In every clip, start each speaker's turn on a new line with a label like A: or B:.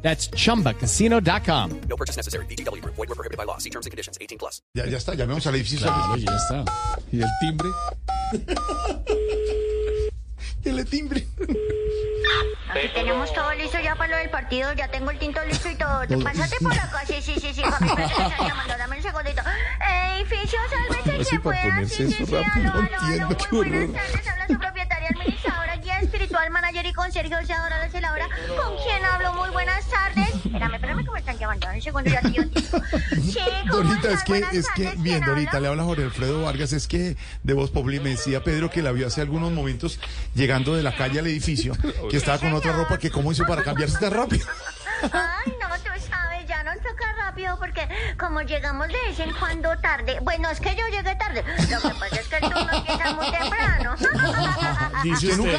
A: That's chumbacasino.com.
B: No purchase necessary. BGW. Void were prohibited by law. See terms and conditions. 18 plus.
C: Ya, ya está, llamemos al edificio.
D: Claro, ya está. ¿Y el timbre?
C: Que le timbre.
E: Aquí tenemos todo listo ya para lo del partido, ya tengo el tinto listo y todo. Te
C: Todo
E: Pásate por acá, sí, sí, sí, sí, Javi, pásate, Santa Amanda, dame un segundito. Edificio, sálvese
D: Así
E: que
D: para
E: pueda,
D: ponerse
E: sí, sí,
D: eso
E: sí,
D: rápido,
E: aló,
D: no
E: aló, aló,
D: entiendo,
E: muy
D: qué
E: buenas
D: horror.
E: tardes, habla su propietaria, administradora, guía espiritual, manager y conserje, o sea, ahora la hora. ¿Con quién hablo? Muy buenas tardes. Espérame, espérame que me están llamando, dame un segundo, ya te digo. Sí, ¿cómo
C: Dorita, es
E: estás?
C: que,
E: Buenas
C: es que,
E: tardes,
C: bien,
E: ¿quién
C: Dorita,
E: habla?
C: le habla Jorge Alfredo Vargas, es que de Voz Populi me decía Pedro que la vio hace algunos momentos llegando de la calle al edificio, que estaba con otra ropa, que cómo hizo para cambiarse tan rápido.
E: Ay, no, tú sabes, ya nos toca rápido porque como llegamos de vez en cuando tarde, bueno, es que yo llegué tarde, lo que pasa es que el turno empieza muy temprano.
C: Usted nunca,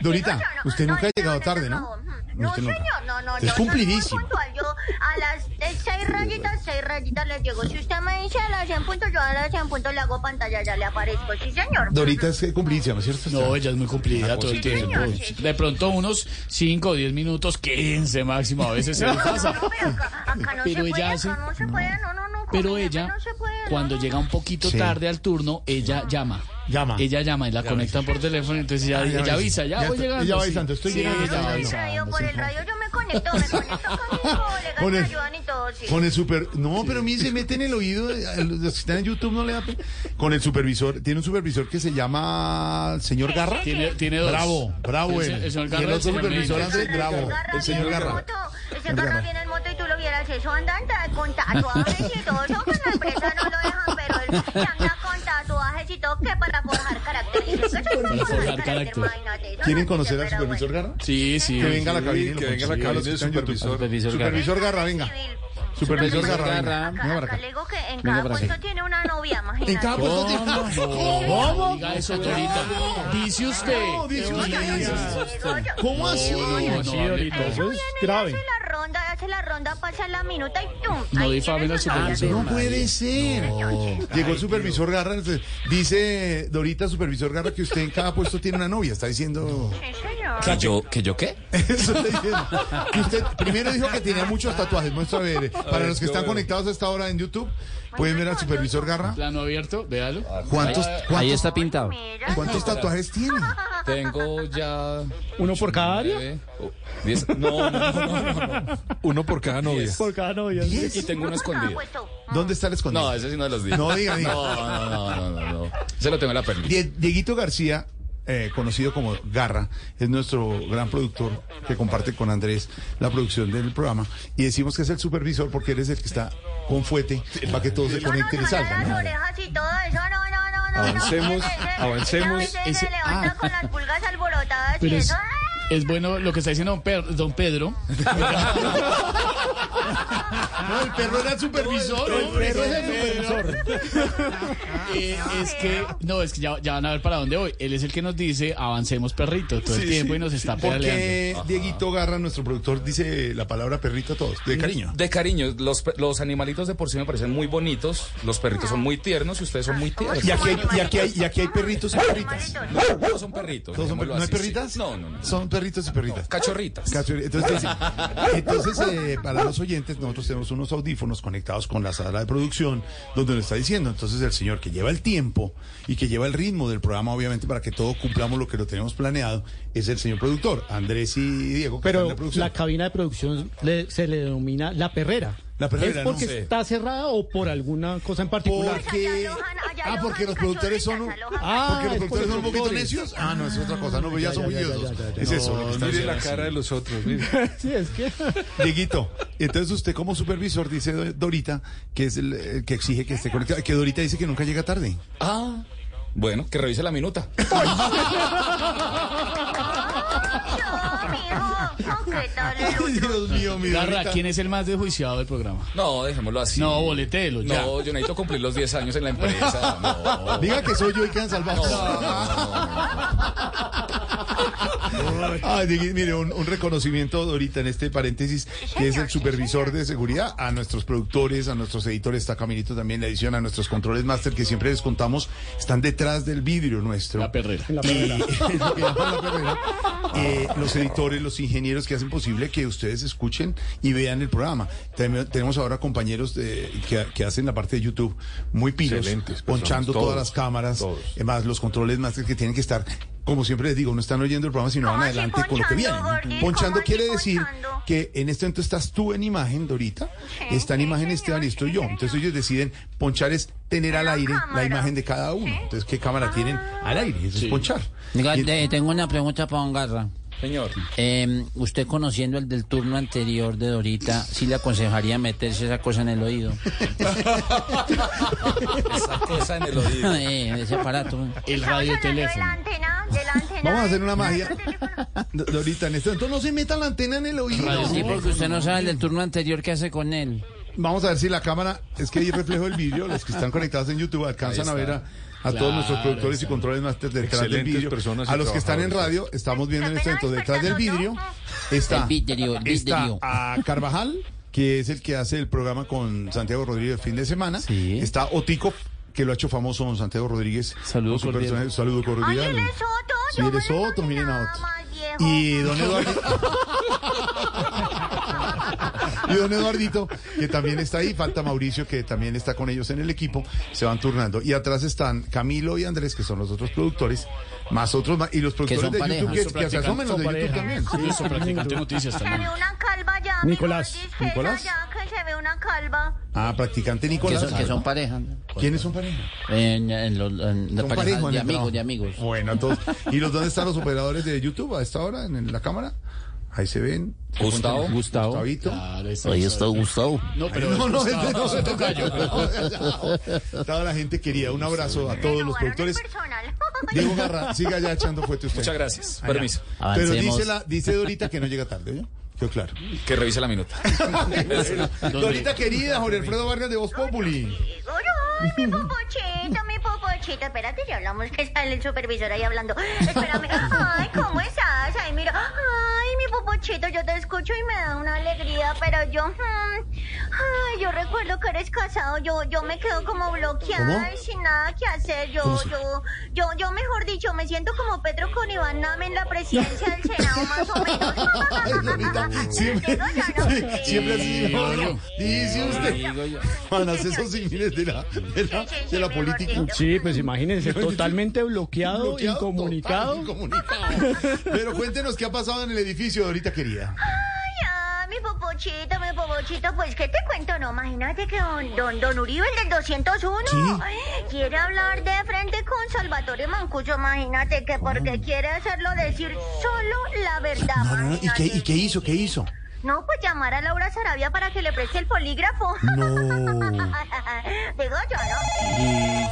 C: Dorita,
E: Digo yo, no,
C: usted
E: no,
C: nunca ha
E: no,
C: llegado
E: no,
C: tarde, ¿no?
E: no, No,
C: Usted nunca.
E: señor, no, no,
C: Es
E: yo soy muy
C: cumplidísimo.
E: puntual, yo a las eh, seis rayitas, seis rayitas les llego. Si usted me dice a las 100 puntos, yo a las 100 puntos le hago pantalla, ya le aparezco, sí, señor.
C: Dorita es que cumplidísima, ¿no es cierto?
D: No, ella es muy cumplida todo el
E: Sí,
D: tiempo.
E: señor, sí, sí.
D: De pronto unos 5 o 10 minutos, 15 máximo, a veces se le
E: No,
D: pasa.
E: pero acá, acá no
D: Pero
E: se puede,
D: ella hace-
E: acá no se puede, no, no, no. con mi
D: Pero
E: jefe
D: ella,
E: no se puede, no,
D: cuando
E: no,
D: llega un poquito
C: Sí.
D: tarde al turno, ella llama.
C: Llama. Ah,
D: Ella llama y la conectan por teléfono, entonces ella,
C: ya
D: ella
C: avisa.
D: avisa, ya,
C: Ya
D: voy
C: está-
D: llegando.
C: ella va
D: sí.
C: avisando, estoy
D: Sí,
C: llegando,
D: ella
C: estoy
D: va
E: Por el
C: llegando.
D: avisando.
E: radio, por el radio yo me conecto, me conecto con mis colegas,
C: Con
E: me
C: el-
E: ayudan y todo, sí.
C: Con el super. No, pero a mí se mete en el oído. eh, a Los que están en YouTube no le da. pe- Con el supervisor. Tiene un supervisor que se llama. el ¿Señor Garra?
D: Tiene, tiene dos.
C: Bravo, bravo.
D: El,
C: él.
D: el señor
C: Y
D: Garra,
C: el
D: el
C: otro
D: señor
C: supervisor
D: Medina.
C: Andrés Bravo.
E: Garra
C: El señor
E: viene en
C: Garra.
E: moto, Ese garra
C: Garra.
E: viene en moto y tú lo vieras, eso andan ta- con tatuajes y todo eso, que en la empresa no lo dejan, pero él anda con tatuajes y todo, que para forjar carácter. Y eso es para
D: forjar carácter.
E: imagínate, eso no
F: Ah,
C: ¿Quieren
E: existe,
C: conocer al
E: pero
C: supervisor
E: bueno.
C: Garra?
D: Sí, sí.
C: Que venga a la cabina. y lo
F: que venga
C: consiga,
F: a la cabina
C: los que
F: del
C: están en YouTube.
F: supervisor.
C: Supervisor Garra, venga. Supervisor Garra, venga.
E: Acá,
C: Venga para
E: acá
C: acá.
E: le digo que en cada
F: para acá.
E: puesto tiene una novia, imagínate.
C: En cada puesto tiene-
D: ¿Cómo? Diga eso, Dorita. Dice usted.
C: No, Oh, dice
E: Oye,
C: usted, dice usted.
E: oye, oye.
C: ¿Cómo así?
D: No, no, hable
E: Eso
D: todo.
E: viene y Hace la ronda, hace la ronda, pasa la minuta y ¡tum!
D: No
E: Ahí
D: difamen
E: tiene
D: al
E: su novia.
D: supervisor.
C: No puede ser. Llegó el supervisor Garra. entonces, Dice Dorita, supervisor Garra, que usted en cada puesto tiene una novia. Está diciendo.
E: Sí, señor.
F: ¿Que yo, que yo qué?
C: Eso está diciendo. Que usted primero dijo que tenía muchos tatuajes. Muestra a ver. eh, Para los que están conectados a esta hora en YouTube, pueden ver al supervisor Garra.
D: Plano abierto, véalo.
C: ¿Cuántos,
F: Ahí
C: cuántos,
F: está pintado.
E: Mira, Ah,
C: cuántos tatuajes tiene?
F: Tengo ya.
G: Uno por cada área,
F: nueve, o- diez- No, no, no, no, no. Uno por cada novia.
G: por cada novia.
F: Y tengo uno
E: cada
F: escondido.
E: puesto.
C: ¿Dónde está el escondido?
F: No, ese sí no de los diez.
C: Ah, No, diga, diga.
F: No, no, no, no, no, no. Ese lo tengo en la perla.
C: Die- Dieguito García, eh, conocido como Garra, es nuestro gran productor que comparte con Andrés la producción del programa. Y decimos que es el supervisor porque él es el que está con fuete para que todos se
E: No, no,
C: conecten y
E: jalar
C: salgan.
E: las
C: ¿no?
E: orejas y todo eso, no, no, no, no, no.
F: Avancemos,
E: Ese- ese-
F: avancemos.
E: ese Se
D: Ese-
C: Ah.
E: levanta con las pulgas alborotadas y
D: Pero es,
E: eso. ¡ah!
C: eh,
D: es bueno lo que está diciendo don, Per- don Pedro.
C: No, el perro era el supervisor.
D: No, el
C: hombre,
D: perro
C: ese
D: es el Eh, es que,
C: Ah.
D: no, es que ya, ya van a ver para dónde voy. Él es el que nos dice, avancemos perrito todo el tiempo y nos está pedaleando.
C: Porque Dieguito Garra, nuestro productor, dice la palabra perrito a todos, de cariño.
F: De cariño, los, pe- los animalitos de por sí me parecen muy bonitos, los perritos son muy tiernos y ustedes son muy tiernos.
C: eh, Y aquí hay, y aquí hay, y aquí hay perritos y perritas.
E: Malito, ¿no?
F: Todos son perritos.
C: Todos son per-
F: digámoslo
C: ¿No hay
F: así, sí.
C: perritas?
F: No, no, no.
C: Son perritos y perritas.
F: Cachorritas.
C: Cachorri- Entonces, dice- entonces eh, para los oyentes, nosotros tenemos unos audífonos conectados con la sala de producción, donde nos está diciendo. Entonces, el señor que lleva el tiempo y que lleva el ritmo del programa, obviamente, para que todo cumplamos lo que lo tenemos planeado, es el señor productor, Andrés y Diego. que están en
G: Pero
C: la producción.
G: la cabina de producción le- se le denomina la perrera.
C: La perrera,
G: ¿Es porque
C: no sé.
G: está cerrada o por alguna cosa en particular?
C: Porque,
E: Allá alojan- allá
C: ah, porque
E: alojan
C: los productores son un-
E: cachorritas, alojan-
G: Ah,
C: porque los
G: es
C: productores son un poquito
G: productores.
C: necios. Ah, no, es otra cosa. No, pero ya,
G: Ya,
C: son
G: ya, ya,
C: odiosos.
G: ya, ya, ya.
C: Es eso. lo que está
F: Mire
C: diciendo.
F: la cara de los otros, mire.
G: Sí, es que...
C: Dieguito, entonces usted como supervisor dice Do- Dorita que es el, el que exige que esté conectado, que Dorita dice que nunca llega tarde.
F: Ah, Bueno, que revise la minuta.
E: No, mijo. No, ¿qué tal el
C: Ay, Dios mío, mira.
D: Garra,
C: ahorita-
D: ¿quién es el más desjuiciado del programa?
F: No, dejémoslo así.
D: No, boletelo, ya.
F: No, yo necesito cumplir los 10 años en la empresa. No.
C: Diga que soy yo y quedan salvados. Ay, diga- mire, un, un reconocimiento ahorita en este paréntesis, que es el supervisor de seguridad, a nuestros productores, a nuestros editores, está Caminito también, la edición, a nuestros controles master, que siempre les contamos, están detrás del vidrio nuestro.
D: La perrera.
C: Y- lo que llaman la perrera. Eh, los editores, los ingenieros que hacen posible que ustedes escuchen y vean el programa. Tem- Tenemos ahora compañeros de- que, que hacen la parte de YouTube muy pilos,
H: Excelentes personas,
C: ponchando
H: todos,
C: todas las cámaras,
H: todos.
C: además los controles máster que tienen que estar. Como siempre les digo, no están oyendo el programa, sino van
E: ¿Cómo así
C: adelante con lo que viene.
E: ponchando, Gordy?
C: Ponchando
E: ¿Cómo así
C: quiere decir
E: ponchando?
C: que en este momento estás tú en imagen, Dorita,
E: Sí,
C: está en
E: sí,
C: imagen
E: señor,
C: Esteban y estoy
E: sí,
C: yo.
E: señor.
C: Entonces ellos deciden ponchar es tener al
E: Una
C: aire la
E: cámara.
C: imagen de cada uno.
E: Sí. Ah.
C: Entonces, ¿qué cámara tienen al aire? Eso es ponchar.
I: Diga,
C: Y-
I: eh, tengo una pregunta para Don Garra.
F: Señor.
I: Eh, usted conociendo el del turno anterior de Dorita, ¿sí le aconsejaría meterse esa cosa en el oído?
F: Esa cosa en el oído.
I: Eh, ese aparato.
D: El
E: Estamos hablando De la
D: radioteléfono.
E: antena, de este la antena.
C: Vamos a hacer una
E: del
C: magia.
E: radioteléfono.
C: Do- Dorita, en este momento no se metan la antena en el oído.
I: Sí, porque usted no sabe el del turno anterior qué hace con él.
C: Vamos a ver si la cámara, es que hay reflejo del vídeo, los que están conectados en YouTube alcanzan a ver a, a todos nuestros productores y controles más detrás del
H: Excelentes
C: vídeo.
H: personas y
C: A los que están en
H: trabajadores.
C: radio, estamos viendo en este momento detrás del vidrio está,
I: El vidrio, el
C: está
I: vidrio.
C: a Carvajal, que es el que hace el programa con Santiago Rodríguez el fin de semana.
I: Sí.
C: Está Otico, que lo ha hecho famoso don Santiago Rodríguez.
I: Saludo
C: Con su
I: cordial.
C: personaje, Saludo
E: Ay,
C: cordial.
E: él es Soto.
C: Sí,
E: yo
C: él es
E: no le
C: Soto,
E: doy
C: miren a
E: nada
C: Otto.
E: más, viejo.
C: Y don Eduardo. y don Eduardito, que también está ahí. Falta Mauricio, que también está con ellos en el equipo. Se van turnando. Y atrás están Camilo y Andrés, que son los otros productores, más otros más. Y los productores
I: son
C: de
I: pareja.
C: YouTube, que,
D: Son
C: que se asomen los de
G: practicantes,
C: YouTube
G: son
C: también.
D: Sí, eso, practicante de noticias
E: Se ve
D: también.
E: una calva ya, mi
G: Nicolás.
E: gordis, que
C: Nicolás.
E: Ya que se ve una calva.
C: Ah, practicante
I: Que
C: Nicolás.
I: son, que son pareja.
C: ¿Quiénes son pareja?
I: En, en los- en- de
C: Son
I: pareja,
C: parejo en
I: de
C: el trabajo.
I: amigos, de amigos.
C: Bueno, entonces. ¿Y los dónde están los operadores de YouTube a esta hora en, en la cámara? Ahí se ven.
F: Gustavo.
I: Gustavo.
C: Gustavito.
D: Claro,
I: Ahí está Gustavo.
D: No, pero
C: no,
D: es
C: no,
D: Gustavo,
C: este no se toca yo.
D: tocayo.
C: Toda la gente quería un abrazo a todos los
E: Renovaron el
C: productores.
E: personal.
C: Diego Garra, siga ya echando fuerte usted.
F: Muchas gracias.
C: Allá.
F: Permiso.
C: Pero
I: Avancemos.
C: dice, la, dice Dorita que no llega tarde, ¿oyó? Quedó claro.
F: Que revise la minuta.
C: Dorita querida, Jorge Alfredo Vargas de Voz Populi.
E: Digo, ay, mi popochito, mi popochito. Espérate, ya hablamos que está el supervisor ahí hablando. Espérame. Ay, ¿cómo estás? Ay, mira. Ay, mi popochito, yo te escucho y me da una alegría, pero yo. mm, ay, yo recuerdo que eres casado. Yo, yo me quedo como bloqueada
C: ¿Cómo?
E: y sin nada que hacer. Yo, yo, yo, yo, mejor dicho, me siento como Petro con Iván Name en la presidencia del Senado, más o menos.
C: Ay, Dorita, siempre,
E: Digo, ya no sé.
C: siempre así. no, no. Dice
F: Digo yo.
C: usted. Van a hacer esos símiles de la, de la, de la política.
G: Sí, pues imagínense, totalmente bloqueado,
C: Bloqueado,
G: incomunicado.
C: total, incomunicado. Pero cuéntenos qué ha pasado en el edificio, Dorita querida.
E: Ya, ah, mi popochito, mi popochito, pues qué te cuento, no, imagínate que don, don, don Uribe, el del 201, quiere hablar de frente con Salvatore Mancuso, imagínate que porque quiere hacerlo decir solo la verdad.
C: No, no, no. ¿Y qué, ¿Y
E: imagínate.
C: qué hizo? ¿Qué hizo?
E: No, pues llamar a Laura Sarabia para que le preste el polígrafo.
C: No.
E: Digo yo, ¿no?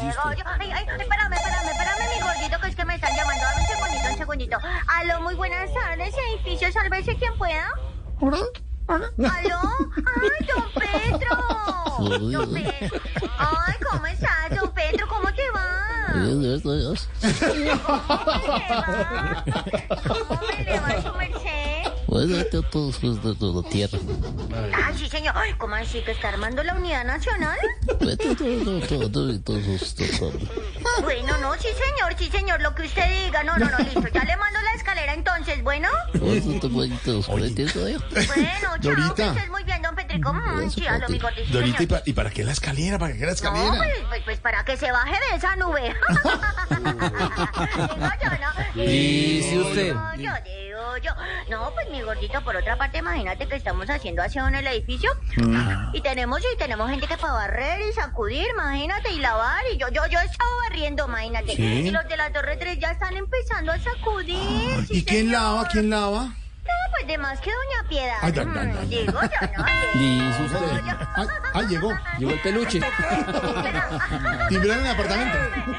E: Digo yo. Ay, ay, espérame, espérame, espérame, mi gordito, que es que me están llamando. Dame un segundito, un segundito. Aló, muy buenas tardes, edificio, sálvese quien pueda. ¿Aló? ¡Ay, don Pedro! Don Pedro. Ay, ¿cómo estás, don Pedro? ¿Cómo te va? ¿Cómo te va? ¿Cómo le va su merced? Ay, Ah, sí, señor. Ay, ¿Cómo así que está armando la unidad nacional? Bueno, no, sí, señor, sí, señor, lo que usted diga. No, no, no, listo. Ya le mando la escalera entonces, ¿bueno? Bueno, chao,
C: Dorita.
E: que estés muy bien, don Petrico. Mm, sí, a lo mi gordito,
C: Dorita, ¿y
E: señor.
C: para, y para qué la escalera? ¿Para qué la
E: No,
C: escalera?
E: pues, pues, pues para que se baje de esa nube. digo yo, ¿no?
I: Dice usted.
E: Digo yo, digo yo. No, pues mi gordito, por otra parte, imagínate que estamos haciendo aseo en el edificio
C: Ah.
E: y tenemos y tenemos gente que para barrer y sacudir, imagínate, y lavar. Y yo, yo, yo estaba barriendo, imagínate.
C: Sí.
E: Y los de la Torre 3 ya están empezando a sacudir. sí,
C: ¿Y quién
E: señor.
C: lava? ¿Quién lava?
E: No, pues de más que Doña Piedad.
C: Ay, dan, dan,
E: Mm,
C: dan.
E: Digo yo, ¿no?
I: Dice usted.
E: Digo yo.
C: Ay, ah, llegó.
I: Llegó el peluche.
E: Espera.
C: Timbraron el apartamento.
E: Espérame,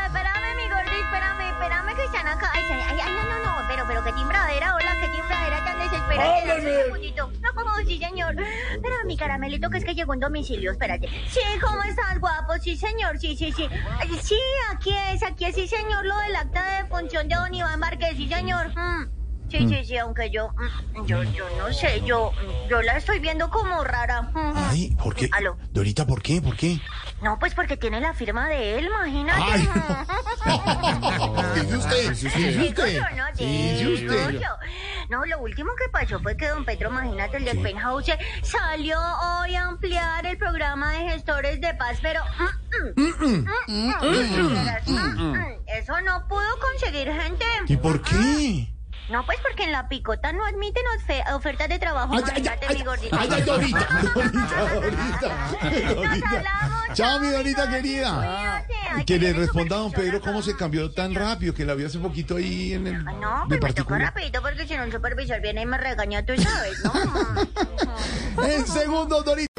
E: espérame, espérame, espérame que están acá. Ay, ay, ay, no, no, no, pero, pero qué timbradera, hola, qué timbradera tan desesperada. Espérame un segundito. No, sí, señor. Espérame, mi caramelito, que es que llegó un domicilio, espérate. Sí, ¿cómo estás, guapo? Sí, señor, sí, sí, sí. Ay, Sí, aquí es, aquí es, sí, señor, lo del acta de función de don Iván Márquez, sí, señor. Mm. Sí, sí, sí, aunque yo, mm, yo, yo no sé, yo, yo la estoy viendo como rara. Mm.
C: Ay, ¿por qué?
E: Aló.
C: Dorita, ¿por qué? ¿Por qué?
E: No, pues porque tiene la firma de él, imagínate. Mm.
C: Ay, Dice usted, dice usted.
E: Yo no,
C: Sí, sí,
E: yo,
C: usted.
E: yo. No, lo último que pasó fue que don Pedro, imagínate, el del penthouse, salió hoy a ampliar el programa de gestores de paz, pero... mm, mm, mm, mm, mm, Eso no pudo conseguir gente.
C: ¿Y por qué?
E: No, pues porque en la picota no admiten ofe- ofertas de trabajo. imagínate, mi gordito.
C: ay, ay, Dorita, Dorita, Dorita,
E: Nos hablamos.
C: Dorita. Chao, mi Dorita querida.
E: Cuídate, ay,
C: Que
E: qué
C: le
E: lindo
C: responda a don
E: supervisor
C: Pedro cómo
E: acá.
C: se cambió tan rápido, que la vi hace poquito ahí en el
E: Ay, No,
C: de
E: pues me tocó
C: particular.
E: rapidito porque si no el supervisor viene y me regaña, tú sabes, ¿no?
C: En segundos, Dorita.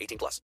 B: 18 plus.